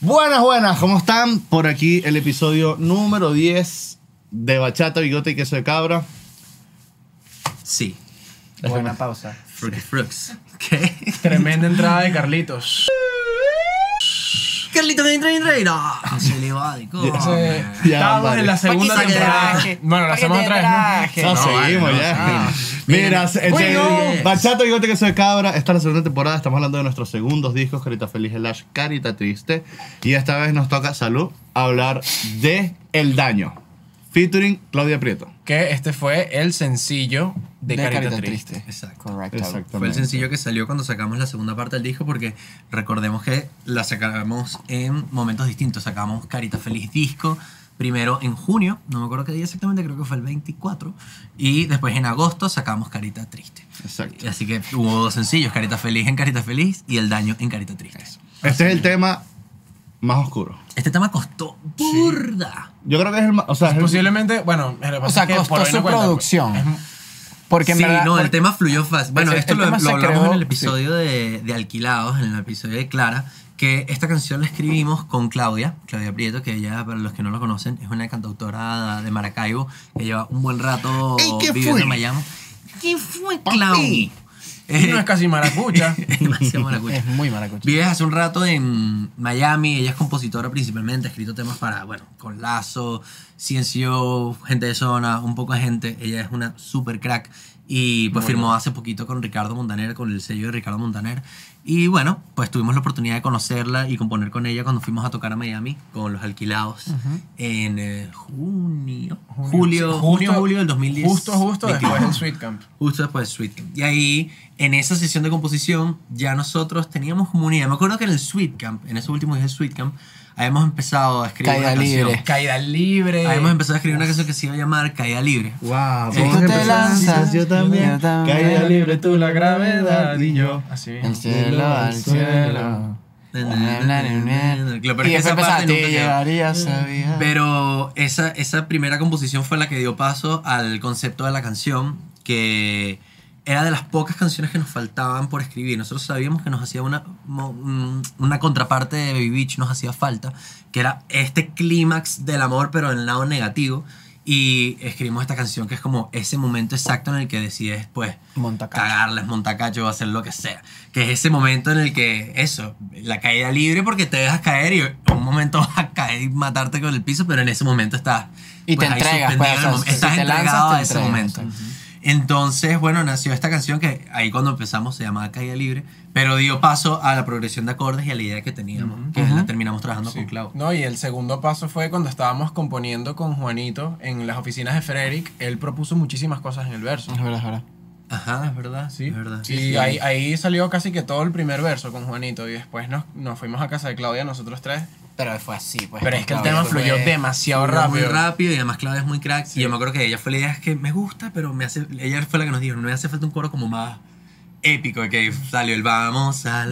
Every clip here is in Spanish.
Buenas, buenas, ¿cómo están? Por aquí el episodio número 10 de Bachata, Bigote y Queso de Cabra. Sí. Buena pausa. Fruity Fruits. ¿Qué? Tremenda entrada de Carlitos. Carlito que entra y entra y no. Se le va de coño. Eh, Ya, estábamos vale. en la segunda Paquita, temporada. traje. Bueno, la Paquita, hacemos otra vez. traje. No, No, seguimos vale, no, ya. ah. Mira, este, Bueno. Bachata, Bigote y Queso de Cabra, esta es la segunda temporada, estamos hablando de nuestros segundos discos, Carita Feliz, el Ash, Carita Triste. Y esta vez nos toca, salud, hablar de El Daño, featuring Claudia Prieto. ¿no? Que este fue el sencillo de, Carita, Triste. Exacto. Correcto. Exactamente. Fue el sencillo que salió cuando sacamos la segunda parte del disco porque recordemos que la sacamos en momentos distintos. Sacamos Carita Feliz Disco primero en junio, no me acuerdo qué día exactamente, creo que fue el 24, y después en agosto sacamos Carita Triste. Exacto. Así que hubo dos sencillos, Carita Feliz en Carita Feliz y El Daño en Carita Triste. Este es el tema más oscuro. Este tema costó burda. Yo creo que es el más, o sea, es el- Posiblemente, bueno, lo que pasa O sea, es que costó por ahí no su cuenta, producción. pues, es- Porque en sí, verdad- no, el porque- tema fluyó fácil. Bueno, el- esto el lo, tema lo se hablamos creó- en el episodio de, de Alquilados, en el episodio de Clara, que esta canción la escribimos con Claudia, Claudia Prieto, que ella, para los que no la conocen, es una cantautora de Maracaibo que lleva un buen rato ¿Y qué viviendo fue? en Miami. ¿Quién fue Papi. Clau? No es casi maracucha. demasiado maracucho. Es muy maracucho. Vives hace un rato en Miami, ella es compositora principalmente, ha escrito temas para, bueno, con Lazo, Ciencio, gente de zona, un poco de gente. Ella es una super crack y pues firmó hace poquito con Ricardo Montaner, con el sello de Ricardo Montaner. Y bueno, pues tuvimos la oportunidad de conocerla y componer con ella cuando fuimos a tocar a Miami con los alquilados en eh, junio, julio, Sí, junio, julio del 2010. Justo, justo después 21. del Sweet Camp. Justo después de Sweet Camp. Y ahí, en esa sesión de composición, ya nosotros teníamos como una idea. Me acuerdo que en el Sweet Camp, en esos últimos días de Sweet Camp, habíamos empezado a escribir Caída una libre. canción. Caída libre. Habíamos empezado a escribir una canción que se iba a llamar Caída Libre. Wow, Sí. vamos a Tú te empezar. lanzas, yo también. yo también. Caída libre tú la gravedad y yo. Así El cielo al cielo. Lo peor es Y que esa después parte empezaste, nunca llegó. llegaría, Mm. sabía. Pero esa, esa primera composición fue la que dio paso al concepto de la canción, que era de las pocas canciones que nos faltaban por escribir. Nosotros sabíamos que nos hacía una, mo- mm, una contraparte de Baby Beach, nos hacía falta, que era este clímax del amor, pero en el lado negativo. Y escribimos esta canción que es como ese momento exacto en el que decides, pues, Montacacho. cagarles, montacacho, hacer lo que sea. Que es ese momento en el que, eso, la caída libre porque te dejas caer y un momento vas a caer y matarte con el piso, pero en ese momento estás. Y te ahí entregas, suspendido en el pues, o sea, mom- si estás te lanzas, entregado te a ese entregas, momento. exacto. Entonces, bueno, nació esta canción que ahí cuando empezamos se llamaba Caída Libre, pero dio paso a la progresión de acordes y a la idea que teníamos, que la terminamos trabajando con Clau. No, y el segundo paso fue cuando estábamos componiendo con Juanito en las oficinas de Frederick. Él propuso muchísimas cosas en el verso. Es verdad, es verdad. Ajá, es verdad, sí, es verdad. Y ahí, ahí salió casi que todo el primer verso con Juanito. Y después nos, nos fuimos a casa de Claudia, nosotros tres. Pero fue así, pues. Pero es que el Claudio, tema fluyó fue- demasiado Era muy rápido. rápido y además Claudia es muy crack. Y yo me acuerdo que ella fue la idea es que me gusta, pero me hace, ella fue la que nos dijo, no me hace falta un coro como más épico, que salió el vamos a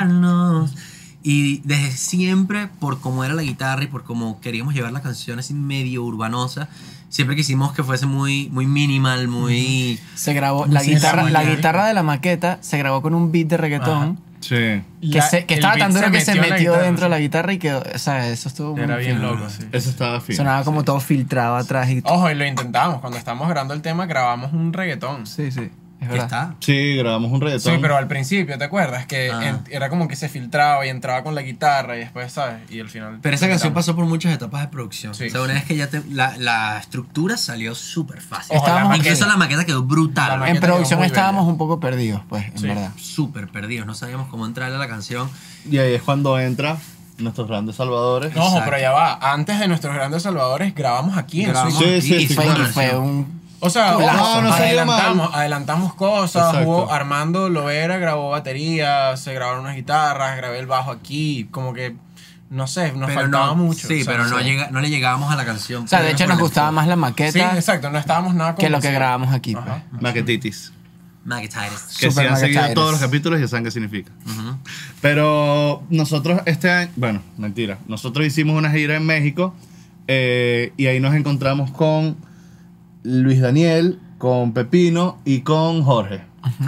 lanzarnos. Y desde siempre, por cómo era la guitarra y por cómo queríamos llevar las canciones así medio urbanosa, siempre quisimos que fuese muy, muy minimal, muy... Se grabó la Sí, guitarra, sí, la sí. guitarra de la maqueta se grabó con un beat de reggaetón Sí. que, La- se- que el estaba beat tan duro que se en la metió guitarra, dentro de la sí. guitarra y quedó, o sea, eso estuvo muy Era bien fino. loco, sí. Oh. Eso estaba fino. Sonaba como todo filtrado atrás y Ojo, y lo intentamos. Cuando estábamos grabando el tema, grabamos un reggaetón. Sí, Sí, sí, es que verdad. está? Sí, grabamos un reggaetón. pero al principio, ¿te acuerdas? Que Ah. en- era como que se filtraba y entraba con la guitarra y después, ¿sabes? Y al final. Pero esa lo canción quitamos. pasó por muchas etapas de producción. Sí. o sea, una vez que ya te- la, la estructura salió súper fácil. Ojo, la Estábamos- maqueta- Incluso la maqueta quedó brutal. La En maqueta producción quedó muy estábamos bella. un poco perdidos, pues, en Sí. verdad. súper perdidos, no sabíamos cómo entrarle a la canción. Y ahí es cuando entra nuestros grandes salvadores. No, ojo, Exacto. pero ya va. Antes de nuestros grandes salvadores, grabamos aquí en Grabamos Suiza. Sí, sí, aquí, sí, Y fue, claro. y fue un... O sea, No, ojo, salió no mal. adelantamos, adelantamos cosas. Exacto. Hubo Armando Lovera grabó batería, se grabaron unas guitarras, grabé el bajo aquí. Como que, no sé, nos pero faltaba no, mucho. Sí, o sea, pero no, sé. llega, no le llegábamos a la canción. O sea, de hecho nos gustaba más la Sí, maqueta exacto, no estábamos nada que lo que convencidos. grabamos aquí. pues. Ajá. Maquetitis. Maquetitis. Que Super se han seguido maquetaires. todos los capítulos y ya saben qué significa. Pero nosotros este año, bueno, mentira, nosotros hicimos una gira en México eh, y ahí nos encontramos con Luis Daniel, con Pepino y con Jorge.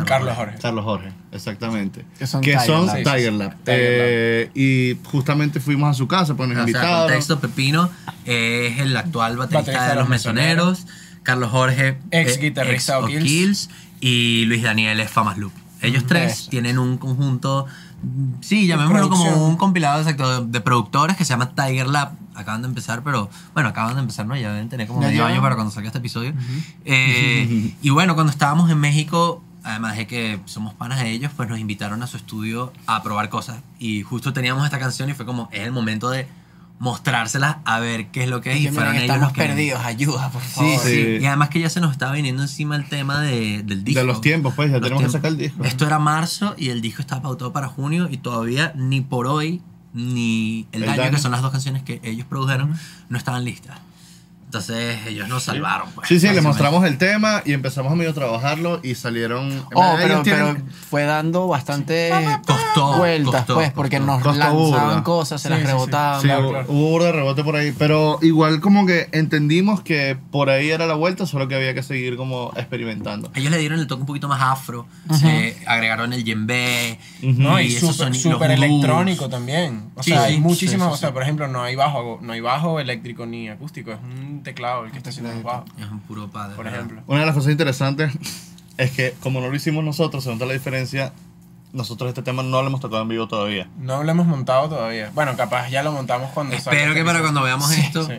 Carlos Jorge. Carlos Jorge, exactamente. Que son que Tiger son Lab. Tiger Lab. Tiger Lab. Eh, y justamente fuimos a su casa, pues nos O sea, invitaron. contexto, Pepino eh, es el actual baterista Baterista de Los Mesoneros, Carlos Jorge, Ex eh, guitarrista ex O'Kills. O'Kills, y Luis Daniel es Famas Loop. Ellos tres Eso. tienen un conjunto, mm, sí, llamémoslo como producción. un compilado exacto de, de productores que se llama Tiger Lab. Acaban de empezar, pero bueno, acaban de empezar, ¿no? Ya deben tener como Ya medio llevan. año para cuando salga este episodio. Eh, y bueno, cuando estábamos en México, además de que somos panas de ellos, pues nos invitaron a su estudio a probar cosas. Y justo teníamos esta canción y fue como, es el momento de mostrárselas a ver qué es lo que es. Y Oye, fueron miren, ellos los estamos que- perdidos, ayuda, por Sí, favor. Sí. sí. Y además que ya se nos estaba viniendo encima el tema de- del disco. De los tiempos, pues, ya Los tenemos que tiempos. sacar el disco. Esto era marzo y el disco estaba pautado para junio y todavía ni por hoy ni el, El daño, Daño. que son las dos canciones que ellos produjeron, no estaban listas. Entonces ellos nos salvaron. Pues, Sí, sí, le básicamente. mostramos el tema y empezamos a medio trabajarlo y salieron. en Oh, verdad, pero, ellos tienen- pero fue dando bastante Costó, vueltas, costó, pues, porque costó. nos Costó lanzaban burda. cosas, se Sí, las sí, sí. rebotaban. Sí, bla, bla, hubo- bla. hubo burda de rebote por ahí. Pero igual como que entendimos que por ahí era la vuelta, solo que había que seguir como experimentando. Ellos le dieron el toque un poquito más afro, eh, agregaron el djembe, No, y esos súper soni- súper los blues. electrónico también. O Sí, sea, sí, hay sí, muchísimas. sí, o sea, por ejemplo, no hay bajo, no hay bajo eléctrico ni acústico. Es un teclado el que está haciendo el bajo, Es un puro padre. por ejemplo. Una de las cosas interesantes es que como no lo hicimos nosotros, se nota la diferencia. Nosotros este tema no lo hemos tocado en vivo todavía. No lo hemos montado todavía. Bueno, capaz ya lo montamos cuando Espero que para cuando veamos esto... Sí.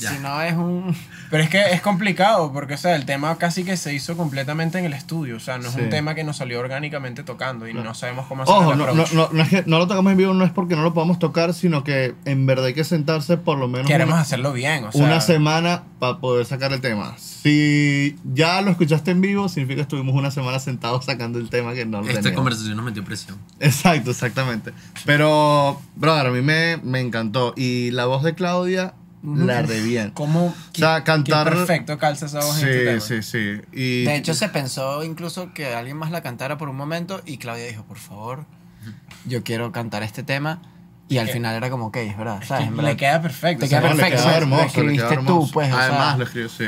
Ya. Si no es un. Pero es que es complicado porque, o sea, el tema casi que se hizo completamente en el estudio. O sea, no es Sí. un tema que nos salió orgánicamente tocando y no sabemos cómo hacer Ojo, el no, no, approach. no- no es que no lo tocamos en vivo, no es porque no lo podamos tocar, sino que en verdad hay que sentarse por lo menos Queremos una, hacerlo bien, o sea. una semana para poder sacar el tema. Si ya lo escuchaste en vivo, significa que estuvimos una semana sentados sacando el tema que no lo Esta teníamos. conversación nos metió presión. Exacto, exactamente. Pero, brother, a mí me, me encantó. Y la voz de Claudia la revienta. ¿Cómo? qué- sea, qué cantar- perfecto calza esa voz en este Sí, sí, tema. sí. Y De hecho, se pensó incluso que alguien más la cantara por un momento y Claudia dijo, por favor, yo quiero cantar este tema. Y Eh, al que- final era como, ok, es verdad, Es que ¿sabes? En le verdad, queda perfecto. Te o sea, queda No, Le perfecto, o quedaba sea, hermoso, lo le quedaba escribiste hermoso. tú, pues, o Además, sea. lo escribió, sí.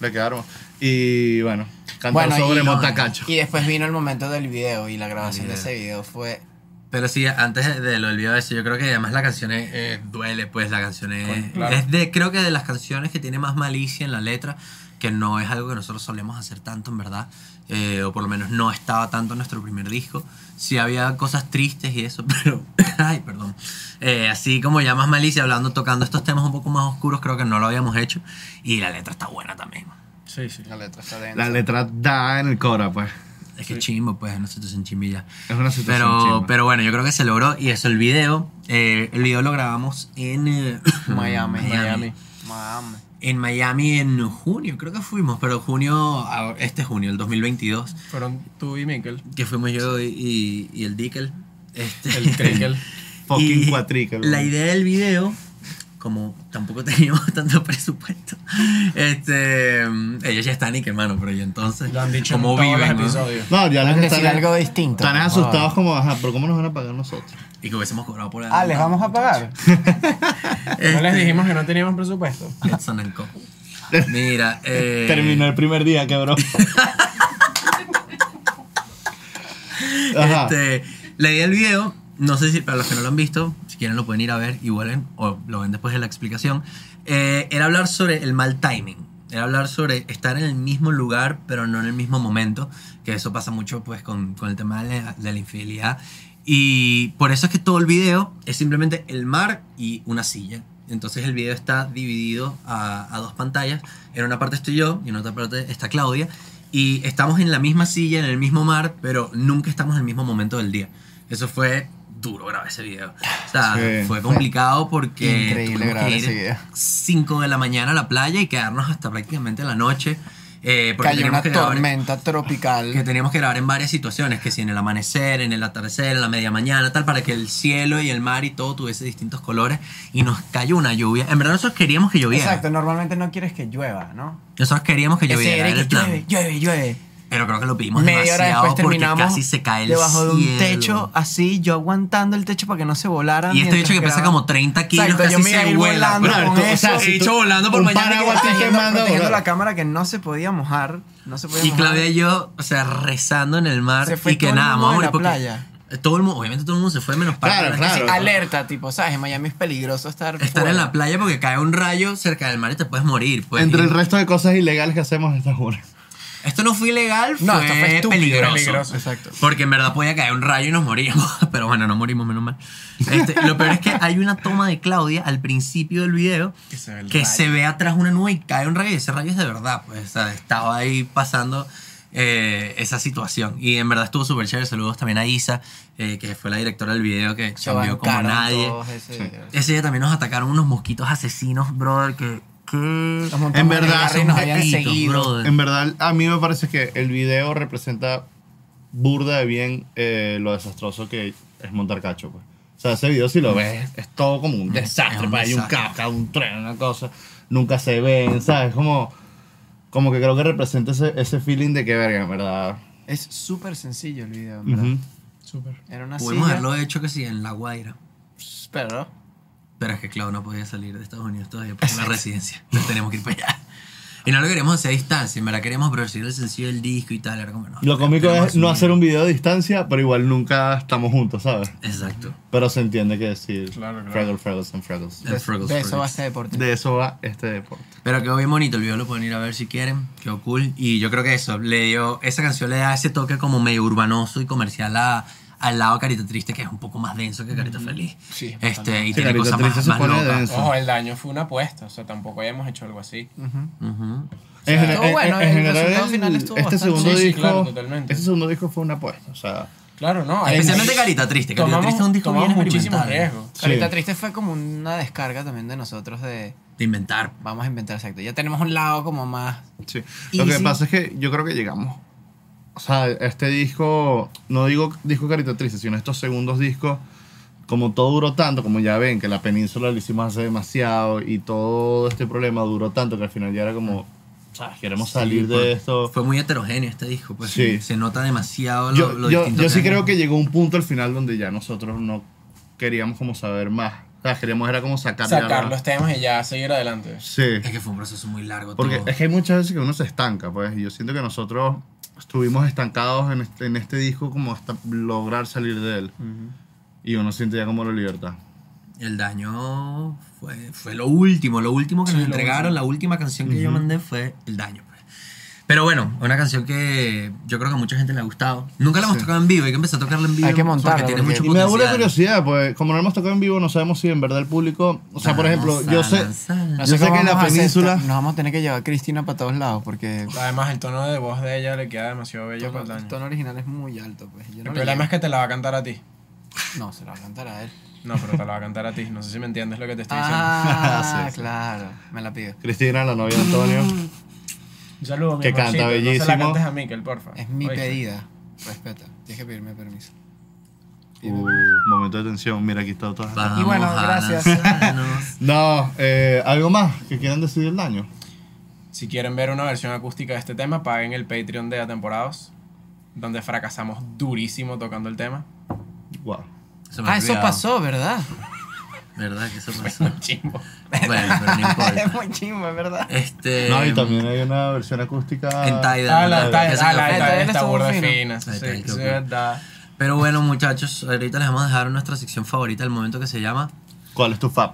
Le quedaba hermoso. Y bueno, cantar Bueno, y sobre no, Montacacho. Y después vino el momento del video y la grabación de video. ese video fue Pero sí, antes de lo olvidado de eso, yo creo que además la canción es, eh, duele, pues la canción es, claro. es de, creo que de las canciones que tiene más malicia en la letra, que no es algo que nosotros solemos hacer tanto, en verdad, eh, o por lo menos no estaba tanto en nuestro primer disco. Sí había cosas tristes y eso, pero, ay, perdón, Eh, así como ya más malicia, hablando, tocando estos temas un poco más oscuros, creo que no lo habíamos hecho, y la letra está buena también. Sí, sí. la letra está La letra da en el cora, pues. Es que chimbo, pues, no se te chimbilla. Es una situación Pero, chimba. pero bueno, yo creo que se logró. Y eso, el video. eh, el video lo grabamos en eh, Miami. Miami. Mamá. En Miami en junio, creo que fuimos. Pero junio, a- este junio, el 2022. Fueron tú y Mikel. Que fuimos yo y, y el Dickel. Este, El Crikel. Fucking y cuatrica, La loco. idea del video, como tampoco teníamos tanto presupuesto, este, ellos ya están y que mano, pero yo entonces, Lo han dicho como en todos viven, los ¿no? episodios. No, ya les Pueden decir algo distinto. Están por asustados favor. como, ajá, pero ¿cómo nos van a pagar nosotros? y que hubiésemos cobrado por Ah, les adelantado, vamos a pagar. No les Este, dijimos que no teníamos presupuesto. Edson and Co. Mira, eh, Terminó el primer día, cabrón. Ajá. este, la idea del video, no sé si para los que no lo han visto, si quieren lo pueden ir a ver y vuelven o lo ven después de la explicación, eh, era hablar sobre el mal timing. Era hablar sobre estar en el mismo lugar, pero no en el mismo momento, que eso pasa mucho pues con, con el tema de la, de la infidelidad. Y por eso es que todo el video es simplemente el mar y una silla. Entonces el video está dividido a, a dos pantallas. En una parte estoy yo y en otra parte está Claudia. Y estamos en la misma silla, en el mismo mar, pero nunca estamos en el mismo momento del día. Eso fue duro grabar ese video. O sea, Sí, fue fue complicado porque increíble tuvimos que grabar ir ese video. 5 de la mañana a la playa y quedarnos hasta prácticamente la noche. eh, porque Cayó teníamos una que grabar- tormenta tropical. que teníamos que grabar en varias situaciones, que si en el amanecer, en el atardecer, en la media mañana, tal, para que el cielo y el mar y todo tuviese distintos colores y nos cayó una lluvia. En verdad nosotros queríamos que lloviera. Exacto, normalmente no quieres que llueva, ¿no? Nosotros queríamos que lloviera. Ese era era el que plan. llueve, llueve, llueve. Pero creo que lo pedimos Media hora demasiado después porque terminamos casi se cae el debajo de un cielo. techo, así, yo aguantando el techo para que no se volara. Y este mientras bicho que pesa grababa. como 30 kilos Exacto, yo casi me iba a se ir vuela. volando bro. con tú- o sea, eso. si He tú- hecho volando por un mañana que- paraguas te Protegiendo- quemando, protegiendo bro. la cámara que no se podía mojar. No se podía Y mojar. Claudia y yo, o sea, rezando en el mar Se fue y que todo el nada, mundo vamos a morir de la porque playa. todo el mundo, obviamente todo el mundo se fue menos para Claro, la claro. que Sí, alerta, tipo, ¿sabes? En Miami es peligroso estar. se- Estar fuera. en la playa porque cae un rayo cerca del mar y te puedes morir. Pues. Entre Y el resto de cosas ilegales que hacemos, esta jura. Esto no fue ilegal, No, fue, esto fue estúpido, peligroso. peligroso. Exacto. Porque en verdad podía caer un rayo y nos moríamos. Pero bueno, no morimos, menos mal. Este, lo peor es que hay una toma de Claudia al principio del video Que se ve el que rayo. se ve atrás una nube y cae un rayo. Y ese rayo es de verdad. Pues o sea, estaba ahí pasando eh, esa situación. Y en verdad estuvo súper chévere. Saludos también a Isa, eh, que fue la directora del video, que Se cambió como bancaron nadie. todos ese Sí. día. Ese día también nos atacaron unos mosquitos asesinos, brother, que... que... Nos montamos En el verdad, carro y nos son habían Mosquitos, seguido. brother. En verdad, a mí me parece que el video representa burda de bien eh, lo desastroso que es montar cacho, pues. O sea, ese video si lo ves, es todo como un es desastre, un pues, hay un desastre. caca, un tren, una cosa, nunca se ven, ¿sabes? Como, como que creo que representa ese, ese feeling de que, verga, en verdad. Es súper sencillo el video, en verdad. Ujú. Súper. Era una Pudimos silla, haberlo hecho que sí, en La Guaira. Pero. Pero es que Clau no podía salir de Estados Unidos todavía por una residencia. Entonces tenemos que ir para allá. Y no lo queremos hacer a distancia, en verdad queremos producir el sencillo del disco y tal. Era como, no, Lo cómico tenemos es no que hacer asumir. un video de distancia, pero igual nunca estamos juntos, ¿sabes? Exacto. Pero se entiende que decir Claro, claro. Freddles, Freddles and Freddles. El Fruggles de eso Fruggles. va a ser deporte. De eso va este deporte. Pero quedó bien bonito, el video lo pueden ir a ver si quieren, quedó cool. Y yo creo que eso, le dio, esa canción le da ese toque como medio urbanoso y comercial a- al lado de Carita Triste, que es un poco más denso que Carita Feliz. Sí, es bastante. este, y Sí, tiene Carita cosas Triste más, se más pone locas. denso. Ojo, el daño fue una apuesta, o sea, tampoco habíamos hecho algo así. Ujú. En estuvo general- bueno, en el general, resultado final estuvo este bastante- segundo Sí, sí, disco, claro, totalmente. este segundo disco fue una apuesta, o sea, Claro, no. hay- Especialmente Carita Triste, Carita tomamos, Triste es un disco bien tomamos muchísimo experimental. riesgo. Carita Sí. Triste fue como una descarga también de nosotros de De inventar. vamos a inventar exacto. Ya tenemos un lado como más. sí. Lo que Easy. pasa es que yo creo que llegamos, o sea, este disco, no digo disco caritatrice, sino estos segundos discos, como todo duró tanto, como ya ven, que la península lo hicimos hace demasiado y todo este problema duró tanto que al final ya era como, sabes, queremos salir Sí, fue- de esto. Fue muy heterogéneo este disco, pues Sí. se nota demasiado lo, yo, lo yo- distinto yo sí hay. creo que llegó un punto al final donde ya nosotros no queríamos como saber más, o sea, queríamos era como sacar ya la- Sacar los temas y ya seguir adelante. Sí. Es que fue un proceso muy largo Porque todo. es que hay muchas veces que uno se estanca, pues. Y yo siento que nosotros estuvimos estancados en este, en este disco como hasta lograr salir de él. Y uno siente ya como la libertad. El daño fue, fue lo último, lo último que Sí, nos lo entregaron, la última canción que yo mandé fue El daño. pues. Pero bueno, una canción que yo creo que a mucha gente le ha gustado. Nunca la hemos Sí. tocado en vivo, hay que empezar a tocarla en vivo. Hay que montarla, Porque tiene porque- mucho Y me da buena potencial. curiosidad, pues como no lo hemos tocado en vivo, no sabemos si en verdad el público. O sea, por ejemplo, Vamos a yo sé. lanzar. Yo sé cómo que en la vamos a hacer esto. península- Nos vamos a tener que llevar a Cristina para todos lados porque Además, el tono de voz de ella le queda demasiado bello para el el daño. tono original es muy alto. Pues. Yo El no, problema es que te la va a cantar a ti. que... no, se lo va a cantar a él. No, pero te la va a cantar a ti. No sé si me entiendes lo que te estoy diciendo. Ah, Sí, sí. claro. Me la pido. Cristina, la novia de Mm. Antonio. Un saludo, mi Que canta amorcito. No se la bellísimo. cantes a Mikel, porfa. Es mi Oíste. pedida. Respeta. Tienes que pedirme permiso. Uh, momento de tensión. Mira, aquí está otra. Vamos Y bueno, a gracias. lanzarnos. No, eh, algo más que quieran decidir el daño. Si quieren ver una versión acústica de este tema, paguen el Patreon de Atemporados, donde fracasamos durísimo tocando el tema. Wow. Se me ha Ah, eso olvidado. pasó, ¿verdad? ¿Verdad que eso pasó? Chimbo. bueno, pero no es importa. muy chimbo, es verdad. Este, No, y también hay una versión acústica. En Tidal. Ah, la ¿verdad? Que talla, se ah, me la olvidó. Tidal. talla está estuvo burda fino. fina. Sí, La talla sí, está es cool. verdad. Pero bueno, muchachos, ahorita les vamos a dejar nuestra sección favorita del momento que se llama, ¿Cuál es tu fab?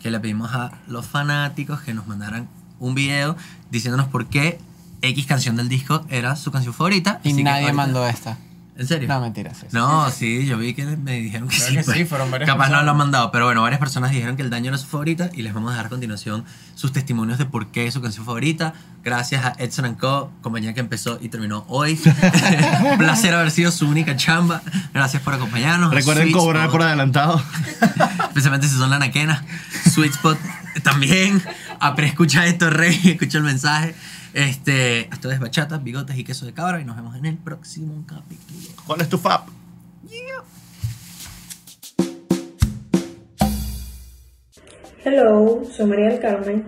que le pedimos a los fanáticos que nos mandaran un video diciéndonos por qué X canción del disco era su canción favorita. Y Así que nadie ahorita- mandó esta. ¿En serio? No, mentira. sí, sí. No, sí, yo vi que me dijeron que Creo sí. que pues. sí, fueron varias Capaz no personas. lo han mandado, pero bueno, varias personas dijeron que el daño era su favorita y les vamos a dar a continuación sus testimonios de por qué es su canción favorita. Gracias a Edson Co, compañía que empezó y terminó hoy. Placer haber sido su única chamba. Gracias por acompañarnos. Recuerden Ah, Sweet cobrar Spot. por adelantado. Especialmente si son lanaquenas. Sweet Spot eh, también. Apre, escucha esto, Rey. Escucha el mensaje. Este, esto es bachatas, bigotes y queso de cabra. Y nos vemos en el próximo capítulo. ¿Cuál es tu fab? Hello, soy María del Carmen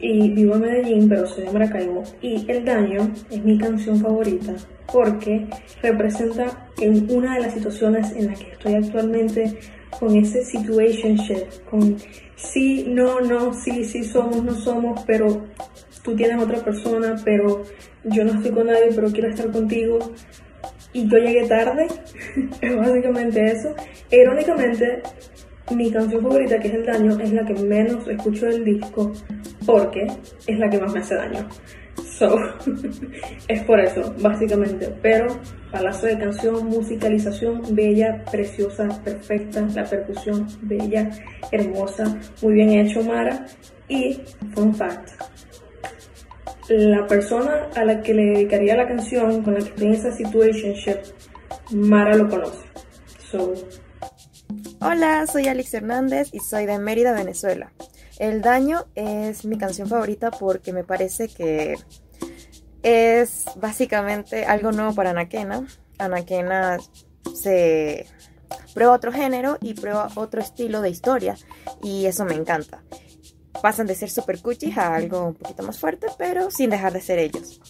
y vivo en Medellín, pero soy de Maracaibo. Y El Daño es mi canción favorita porque representa en una de las situaciones en las que estoy actualmente con ese situationship, con sí, no, no, sí, sí somos, no somos, pero tú tienes otra persona, pero yo no estoy con nadie, pero quiero estar contigo y yo llegué tarde, es básicamente eso. E, irónicamente, mi canción favorita, que es El Daño, es la que menos escucho del disco porque es la que más me hace daño. So, es por eso, básicamente. Pero, palazo de canción, musicalización bella, preciosa, perfecta, la percusión bella, hermosa, muy bien hecho, Mara. Y, fun fact, la persona a la que le dedicaría la canción, con la que estoy en esa situationship, Mara lo conoce. So, Hola, soy Alex Hernández y soy de Mérida, Venezuela. El Daño es mi canción favorita porque me parece que es básicamente algo nuevo para Anaquena. Anaquena se prueba otro género y prueba otro estilo de historia y eso me encanta. Pasan de ser super cuchis a algo un poquito más fuerte, pero sin dejar de ser ellos.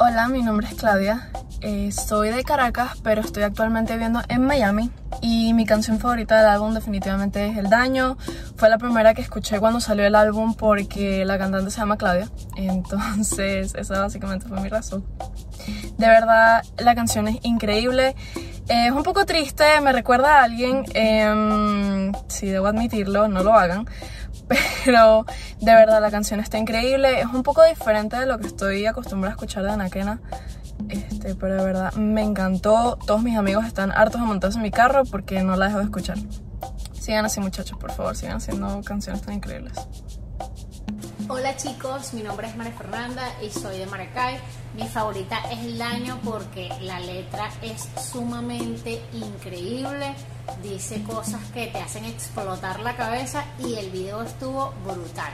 Hola, mi nombre es Claudia. Eh, soy de Caracas, pero estoy actualmente viviendo en Miami. Y mi canción favorita del álbum definitivamente es El Daño. Fue la primera que escuché cuando salió el álbum porque la cantante se llama Claudia. Entonces, esa básicamente fue mi razón. De verdad, la canción es increíble. Eh, es un poco triste, me recuerda a alguien. em, si debo admitirlo, no lo hagan. Pero de verdad la canción está increíble. Es un poco diferente de lo que estoy acostumbrada a escuchar de Anaquena. Este, pero de verdad me encantó. Todos mis amigos están hartos de montarse en mi carro porque no la dejo de escuchar. Sigan así muchachos, por favor, sigan haciendo canciones tan increíbles. Hola chicos, mi nombre es María Fernanda y soy de Maracay. Mi favorita es El Daño porque la letra es sumamente increíble, dice cosas que te hacen explotar la cabeza y el video estuvo brutal.